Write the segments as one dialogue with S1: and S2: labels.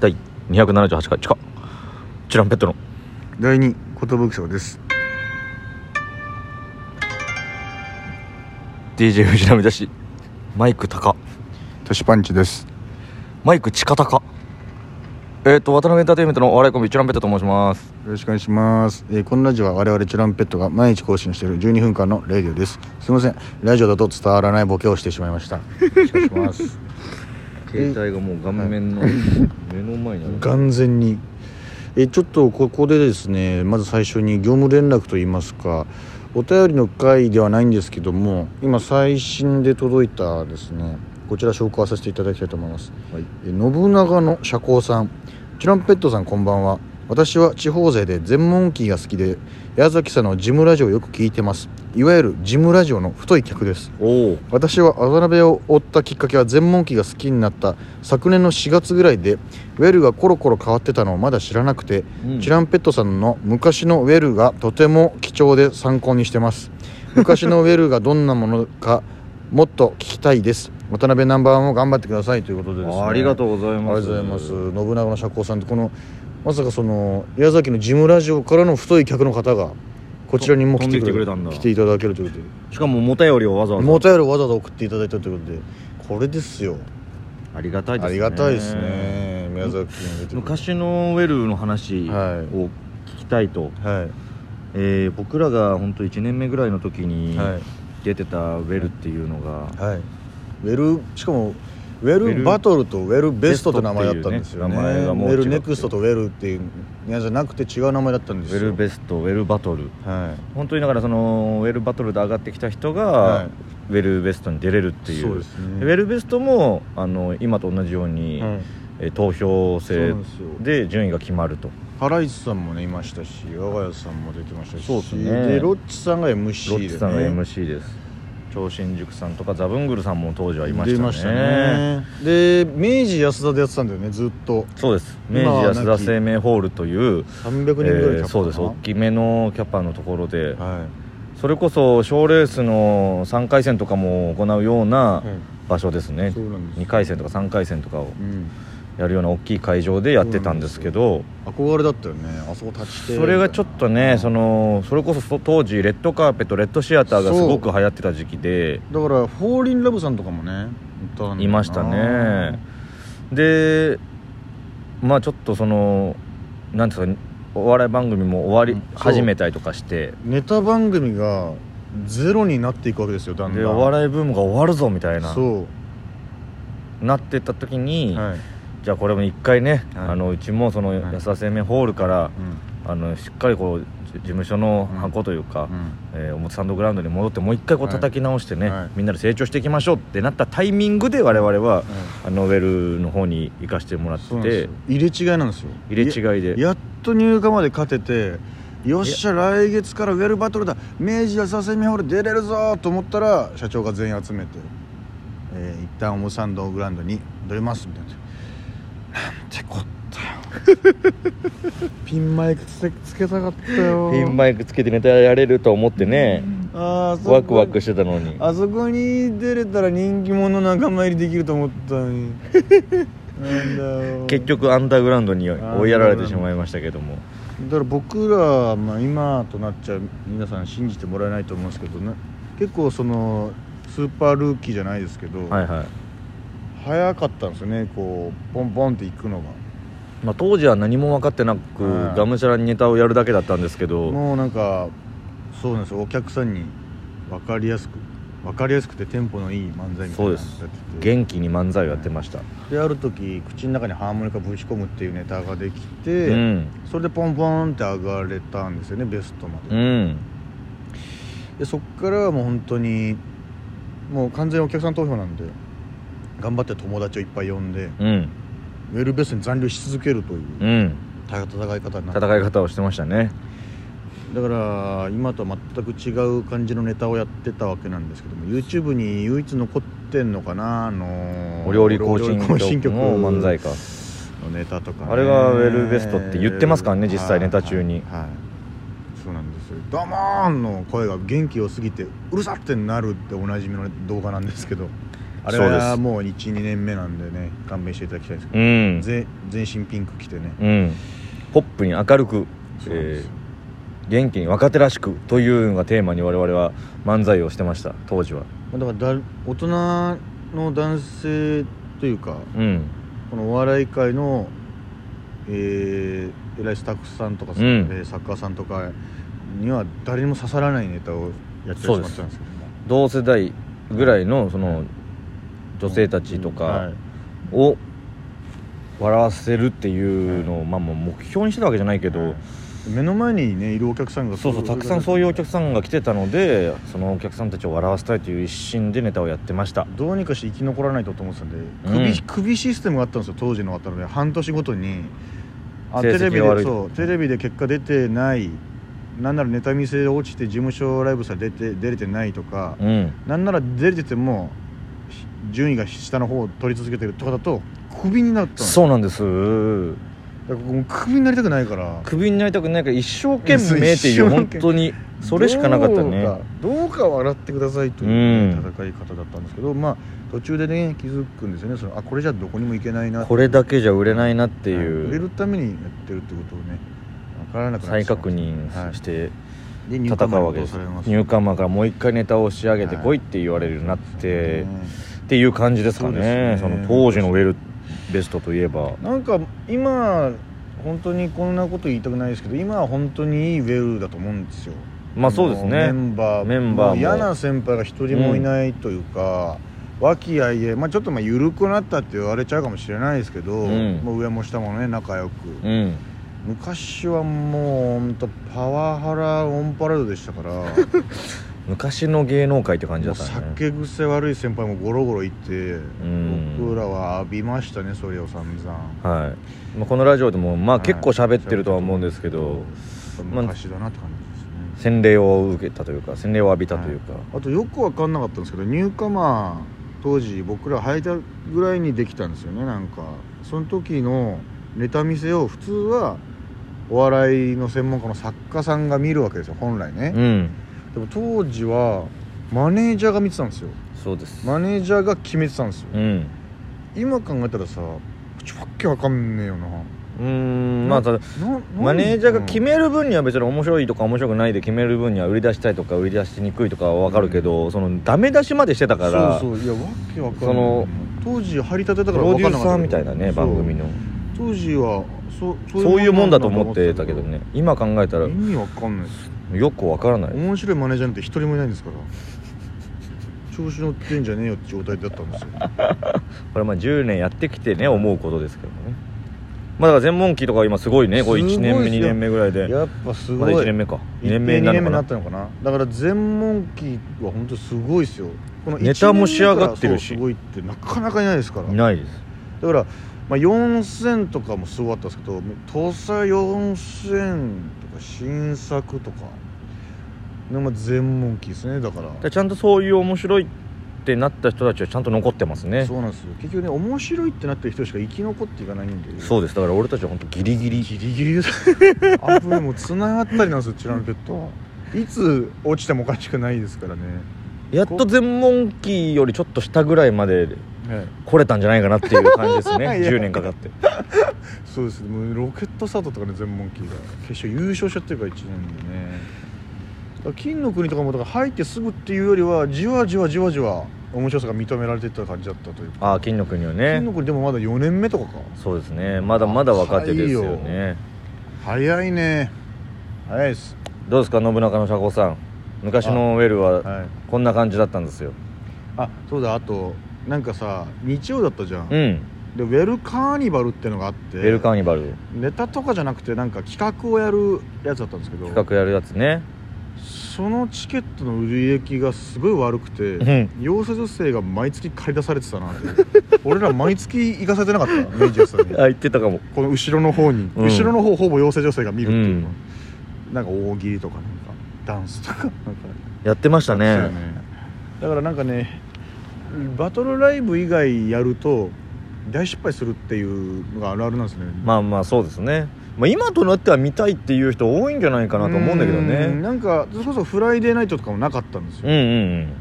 S1: 第278回チカチュランペットの
S2: 第二寿賞です
S1: DJ 藤波だしマイク高
S2: トシパンチです
S1: マイクチカ高えっ、と渡辺エンターテインメントのお笑いコンビチュランペットと申します
S2: よろしくお願いします、えーこのラジオは我々チュランペットが毎日更新している12分間のレディオですすいませんラジオだと伝わらないボケをしてしまいました失礼します
S1: 携帯がもう顔面の目の前にある
S2: 完全にえーちょっとここでですねまず最初に業務連絡といいますかお便りの回ではないんですけども今最新で届いたですねこちら紹介させていただきたいと思います
S1: はい
S2: えー信長の社交さんチュランペットさんこんばんは私は地方勢で全問キーが好きで矢崎さんのジムラジオをよく聞いてますいわゆるジムラジオの太い客です
S1: おお
S2: 私は渡辺を追ったきっかけは全問キーが好きになった昨年の4月ぐらいでウェルがコロコロ変わってたのをまだ知らなくて、
S1: うん
S2: チュランペットさんの昔のウェルがとても貴重で参考にしてます昔のウェルがどんなものかもっと聞きたいです渡辺ナンバーワンも頑張ってくださいということでです、ね、
S1: ありがとうござい
S2: ありが
S1: ます
S2: とうございます信長の社交さんってこのまさかその矢崎のジムラジオからの太い客の方がこちらにも来
S1: 飛
S2: て
S1: んできてく
S2: く
S1: れ
S2: れ
S1: たんだ
S2: 来ていただけるというこ
S1: しかももたよりをわざ
S2: と
S1: わ
S2: で
S1: ざ
S2: もたよりわざわざ送っていただいたということでこれですよ
S1: ありがたいですね
S2: ありがたいですね宮崎君出てくれて
S1: 昔のウェルの話を
S2: はい
S1: 聞きたいと、
S2: は
S1: えー僕らが本当1年目ぐらいの時
S2: い
S1: に
S2: はい
S1: 出てたウェルっていうのが、
S2: はいウェルしかもウェ
S1: ウェル
S2: ルバトルとウェルベストって名前だったんです
S1: ベスト
S2: よね
S1: っていうね名前がもう
S2: ウ
S1: 違っ
S2: ェ
S1: て
S2: ルネクストとウェルっていうやつじゃなくて違う名前だったんで
S1: ウ
S2: す
S1: ェ
S2: よ
S1: ル
S2: ル
S1: ベストウェルバトル
S2: はい
S1: 本当にだからそのウェルバトルで上がってきた人が、
S2: はい
S1: ウェルベストに出れるっていう
S2: そうですね
S1: ウェルベストもあの今と同じように、
S2: はい
S1: えー投票
S2: そうな
S1: 制
S2: んですよ
S1: で順位が決まると
S2: ハライチさんもねいましたし我が家さんも出てましたし
S1: そうですね
S2: ロッチさんが MC
S1: ロ
S2: で、ね、
S1: ッチさんが MC です超新塾さんとかザブングルさんも当時はいましたね
S2: 出ましたねで明治安田でやってたんだよねずっと
S1: そうです明
S2: 今は
S1: 治
S2: なき
S1: 安田生命ホールという、
S2: 300人
S1: え
S2: ぐらいキャップかな
S1: ーそうです大きめのキャパのところで、
S2: は、
S1: それこそ賞レースの3回戦とかも行うようない
S2: はい
S1: 場所ですね、
S2: そうなんです
S1: 2回戦とか3回戦とかを
S2: うん、
S1: やるような大きい会場でやってたんですけど
S2: 憧れだったよねあそこ立ちて
S1: それがちょっとねそのそれこそそ当時レッドカーペットレッドシアターがすごく流行ってた時期で
S2: だからフォーリンラブさんとかもねいたんだよない
S1: ましたねでまあちょっとそのなんていうんですかお笑い番組も終わり
S2: うんそう
S1: 始めたりとかして
S2: ネタ番組がゼロになっていくわけですよだんだん
S1: でお笑いブームが終わるぞみたいな
S2: そ
S1: なってった時
S2: う
S1: に、
S2: はい、
S1: じゃあこれも一回ね、
S2: はい
S1: あのうちもその
S2: い
S1: 安田生命ホールから
S2: うん
S1: あのしっかりこうじ事務所の箱というか、
S2: うん
S1: えー表参道グラウンドに戻ってもう一回こう
S2: はい
S1: 叩き直してね、
S2: はい
S1: みんなで成長していきましょうってなったタイミングで我々は
S2: はい
S1: あのウェルの方に行かせてもらっ
S2: そうなんです
S1: て
S2: よ入れ違いなんですよ
S1: 入れ違いで
S2: やっと入荷まで勝ててよっしゃ来月からウェルバトルだ明治安田セミホール出れるぞと思ったら社長が全員集めて、えー、一旦表参道グラウンドに出れますみたいななんてこったよ ピンマイクつけつけたかったよ
S1: ピンマイクつけてネタやれると思ってね、
S2: あーそこ
S1: ワクワクしてたのに
S2: あそこに出れたら人気者仲間入りできると思ったのになんだ よ
S1: 結局アンダーグラウンドに
S2: ンダーグラウンド
S1: 追いやられてしまいましたけども
S2: だから僕ら、まあ、今となっちゃう皆さん信じてもらえないと思うんですけどね結構そのスーパールーキーじゃないですけど、
S1: はいはい、
S2: 早かったんですよねこうポンポンっていくのが
S1: まあ、当時は何も分かってなく、
S2: はい
S1: がむしゃらにネタをやるだけだったんですけど
S2: もうなんかそうなんですよお客さんに分かりやすく分かりやすくてテンポのいい漫才みたい
S1: そう
S2: なの
S1: で
S2: や
S1: す
S2: ってて
S1: 元気に漫才をやってました、
S2: である時口の中にハーモニカぶち込むっていうネタができて、
S1: うん
S2: それでポンポンって上がれたんですよねベストまで。
S1: うん
S2: でそっからはもう本当にもう完全にお客さん投票なんで頑張って友達をいっぱい呼んで
S1: うん
S2: ウェルベストに残留し続けるという
S1: うん
S2: 戦い方になって
S1: 戦い方をしてましたね
S2: だから今とは全く違う感じのネタをやってたわけなんですけども YouTube に唯一残ってんのかなあの
S1: お料理更新
S2: お料理更新
S1: 曲
S2: 曲
S1: の漫才か
S2: のネタとかね、
S1: あれがウェルベストって言ってますからね実際ネタ中に
S2: はいはいはいそうなんですよ「ドモーン!」の声が元気良すぎてうるさってなるっておなじみの動画なんですけどあれ
S1: そうで
S2: は
S1: す
S2: もう12年目なんでね勘弁していただきたいんですけ
S1: う
S2: ど、
S1: ん
S2: ぜ全身ピンク着てね、
S1: うんポップに明るく、
S2: そうなんで
S1: え
S2: すよ
S1: ー元気に若手らしくというのがテーマに我々は漫才をしてました当時は
S2: まあだからだ大人の男性というか
S1: うん
S2: このお笑い界の、えー、偉いスタッフさんとかさ、
S1: うん
S2: えー作家さんとかには誰にも刺さらないネタをやってしまったんですけども
S1: 同世代ぐらいのその女性たちと
S2: は
S1: か
S2: い
S1: を笑わせるっていうのを、まあ、もう目標にしてたわけじゃないけど、
S2: 目の前にねいるお客さんが
S1: そうそうたくさんそういうお客さんが来てたのでそのお客さんたちを笑わせたいという一心でネタをやってました
S2: どうにかして生き残らないとと思ってたんで
S1: う
S2: 首,、
S1: ん
S2: 首システムがあったんですよ当時のあったので半年ごとにあ
S1: 成績
S2: テレビ
S1: が
S2: で
S1: 悪い
S2: そうテレビで結果出てないなんならネタ見せで落ちて事務所ライブさ出て出れてないとか、
S1: うん
S2: なんなら出れててもひ順位が下の方を取り続けてるとかだとクビになったんです
S1: そうなんですク
S2: だからもうクビになりたくないから
S1: ビになりたくないから一生懸命ってい
S2: そうう
S1: 本当にそれしかなかった
S2: どう
S1: ね
S2: かどうか笑ってくださいという、ね
S1: うん
S2: 戦い方だったんですけどまあ途中でね気づくんですよねそのあこれじゃどこにも行けないな
S1: これだけじゃ売れないなってい
S2: はい売れ
S1: う
S2: るためにやってるってことをね分からなくな
S1: 再確認
S2: はい
S1: して
S2: で
S1: 戦うわけです
S2: 入荷まで
S1: ニューカマーからもう一回ネタを仕上げてこいって言われるようになっ
S2: え
S1: てっていう感じですか
S2: そうで
S1: ね
S2: す
S1: そ
S2: ね
S1: の当時のウェルベストといえば
S2: なんか今本当にこんなこと言いたくないですけど今は本当にいいウェルだと思うんですよ
S1: まあそうです
S2: メ
S1: ね
S2: ンバー
S1: メンバーも
S2: う嫌な先輩が一人もいないというか、和気あいえ、まあ、ちょっとまあ緩くなったって言われちゃうかもしれないですけど、
S1: ん
S2: もう上も下もね仲良く、
S1: うん
S2: 昔はもう本当パワハラオンパレードでし たから
S1: 昔の芸能界って感じ
S2: も
S1: だ
S2: う
S1: ったね
S2: 酒癖悪い先輩もゴロゴロいて、
S1: ん
S2: 僕らは浴びましたねそれを散々
S1: はい、まあ、このラジオでもまあ
S2: はい
S1: 結構喋ってるとは思うんですけど、まあ
S2: 昔だなって感じですね、
S1: 洗礼を受けたというか洗礼を浴びたというか、
S2: あとよく分かんなかったんですけどニューカマー当時僕ら履いたぐらいにできたんですよねなんかその時のネタ見せを普通はお笑いの専門家の作家さんが見るわけですよ本来ね、
S1: うん
S2: でも当時はマネージャーが見てたんですよ
S1: そうです、
S2: マネージャーが決めてたんですよ
S1: うん
S2: 今考えたらさちょわけわかんねえよな
S1: うーんまあただ
S2: なな
S1: マネージャーが決める分には別に面白いとか面白くないで決める分には売り出したいとか売り出しにくいとかは分かるけど、そのダメ出しまでしてたから
S2: そうそういやわけわかんな
S1: そ
S2: い
S1: の
S2: 当時張り立てた
S1: プ
S2: から
S1: ロ
S2: わ
S1: デ
S2: か
S1: ュ
S2: んな
S1: ー
S2: か
S1: サ
S2: った
S1: ーみたいなね番組
S2: の
S1: の
S2: 当時はそそ
S1: そういうもんだと思っ
S2: な
S1: て
S2: んだ
S1: た
S2: と
S1: けど
S2: 思って
S1: ね今考えたら
S2: 意味わかんないです
S1: よく分からない
S2: 面白いマネージャーなんて一人もいないんですから調子乗ってんじゃねえよって状態だったんですよ
S1: これまあ10年やってきてね思うことですけどねまあだから全問期とかは今すごいねこれ
S2: すごいっすよ
S1: 1年目2年目ぐらいで
S2: やっぱす
S1: ま
S2: ご
S1: だ
S2: い
S1: 1年目か2年目に
S2: 一
S1: なる
S2: 平二年
S1: のか
S2: 目にな
S1: な
S2: ったのかなだから全問期は本当すごいですよこの
S1: ネタも
S2: 一年目か
S1: 仕上
S2: ら
S1: がってるし
S2: そうすごいってなかなかいないですから
S1: いないです
S2: だから、まあ、4000とかもすごかったですけど土佐4000とか新作とか、ねまあ、全問期ですねだから
S1: だからちゃんとそういう面白いってなった人たちはちゃんと残ってますね
S2: そうなんですよ結局ね面白いってなってる人しか生き残っていかないんで
S1: そうですだから俺たちは本当ギリギリ
S2: ギリギリですあぶねもうつながったりなんですよチラノペットはいつ落ちてもおかしくないですからね、
S1: やっと全問期よりちょっと下ぐらいまで
S2: はい、
S1: 来れたんじゃないかなっていう感じですね
S2: いや
S1: 10年かかって
S2: そうですねもうロケットスタートとかね全問キーが決勝優勝しちゃってるから1年でねだから金の国とかもだから入ってすぐっていうよりはじわじわじわじわ面白さが認められていった感じだったというか
S1: ああ金の国はね
S2: 金の国でもまだ4年目とかか
S1: そうですねまだまだ若手ですよ
S2: 若い
S1: ね
S2: 早いね早いです
S1: どうですか信長の社交さん昔のウェルは
S2: はい
S1: こんな感じだったんですよ
S2: あそうだあとなんかさ日曜だったじゃん、
S1: うん
S2: でウェルカーニバルってのがあって
S1: ウェルカーニバル
S2: ネタとかじゃなくてなんか企画をやるやつだったんですけど
S1: 企画やるやつね
S2: そのチケットの売り行きがすごい悪くて、
S1: うん
S2: 養成生が毎月借り出されてたなって 俺ら毎月行かされてなか った明治屋さんに
S1: あ言ってたかも
S2: この後ろの方に、
S1: うん
S2: 後ろの方ほぼ養成女性が見るっていうの、なんか大喜利とかなんかダンスとかなんか
S1: やってました
S2: そうよ
S1: ね
S2: ねだからなんかねバトルライブ以外やると大失敗するっていうのがあるあるなんですね
S1: まあまあそうですね、まあ、今となっては見たいっていう人多いんじゃないかなと思うんだけど
S2: うーん
S1: ね
S2: なんかそれこそ「フライデーナイト」とかもなかったんです
S1: うんう
S2: よ、
S1: ん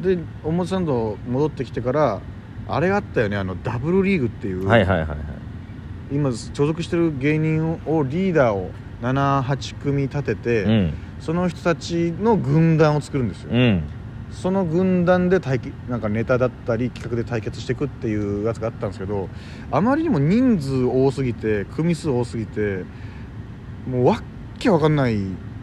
S2: で表参道戻ってきてからあれがあったよねあのダブルリーグっていう、
S1: はいはいはいはい
S2: 今所属してる芸人をリーダーを78組立てて、
S1: うん
S2: その人たちの軍団を作るんですよ、
S1: うん
S2: その軍団で対決なんかネタだったり企画で対決していくっていうやつがあったんですけどあまりにも人数多すぎて組数多すぎてもうわっけわかんない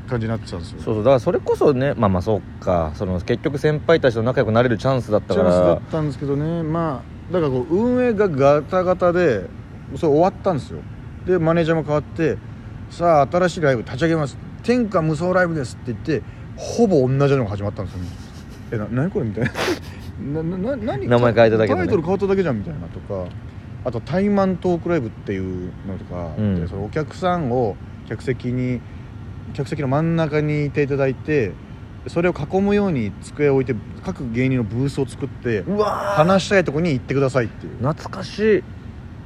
S2: 感じになってたんですよ
S1: そうそうだからそれこそねまあまあそうかその結局先輩たちと仲良くなれるチャンスだった
S2: チ
S1: か
S2: ャンスだ
S1: ら
S2: ったんですけどねまあだからこう運営がガタガタでそれ終わったんですよでマネージャーも変わってさあ新しいライブ立ち上げます天下無双ライブですって言ってほぼ同じのが始まったんですよねえな何これみたいな ななな何
S1: 名前変えただけだね
S2: タイトル変わっただけじゃんみたいなとかあと「タイマントークライブ」っていうのとかあって、
S1: うん
S2: そのお客さんを客席に客席の真ん中にいていただいてそれを囲むように机を置いて各芸人のブースを作って
S1: うわ
S2: 話したいとこに行ってくださいっていう
S1: 懐かしい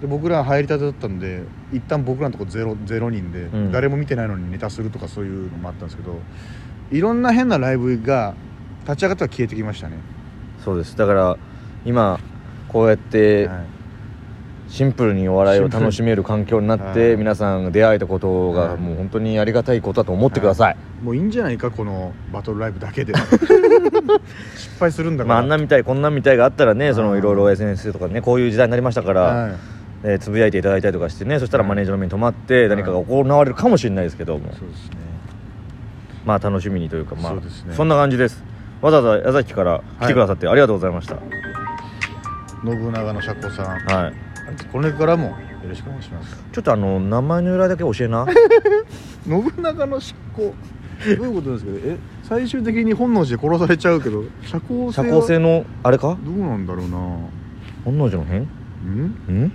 S2: で僕ら入りたてだったんで一旦僕らのとこゼロゼロ人で、
S1: うん
S2: 誰も見てないのにネタするとかそういうのもあったんですけどいろんな変なライブが立ち上がっては消えてきましたね、
S1: そうですだから今こうやって
S2: はい
S1: シンプルにお笑いを楽しめる環境になっ
S2: は
S1: て
S2: い
S1: 皆さん出会えたこと
S2: は
S1: が
S2: い
S1: もう本当にありがたいことだと思ってください、
S2: もういいんじゃないかこのバトルライブだけ で失敗するんだか
S1: まあ、
S2: ら、
S1: あんなみたいこんなみたいがあったらねそ
S2: は
S1: の
S2: い
S1: いろいろ SNS とかねこういう時代になりましたから、
S2: はい
S1: えーつぶやいていただいたりとかしてねそしたら
S2: はい
S1: マネージャーの目に留まって何かが行われるかもしれないですけども、
S2: そうですね
S1: まあ楽しみにというかまあ
S2: そうですね
S1: んな感じですわざわざ矢崎から来てくださってありがとうございましたは
S2: 信長の社交さん
S1: い、
S2: これからもよろしくお願いします
S1: ちょっとあの名前の由来だけ教えな
S2: 信長の執行どういうことなんですかねえ最終的に本能寺で殺されちゃうけど社交性
S1: 社
S2: は
S1: 交性のあれか
S2: どうなんだろうな
S1: 本能寺の変
S2: うん
S1: ん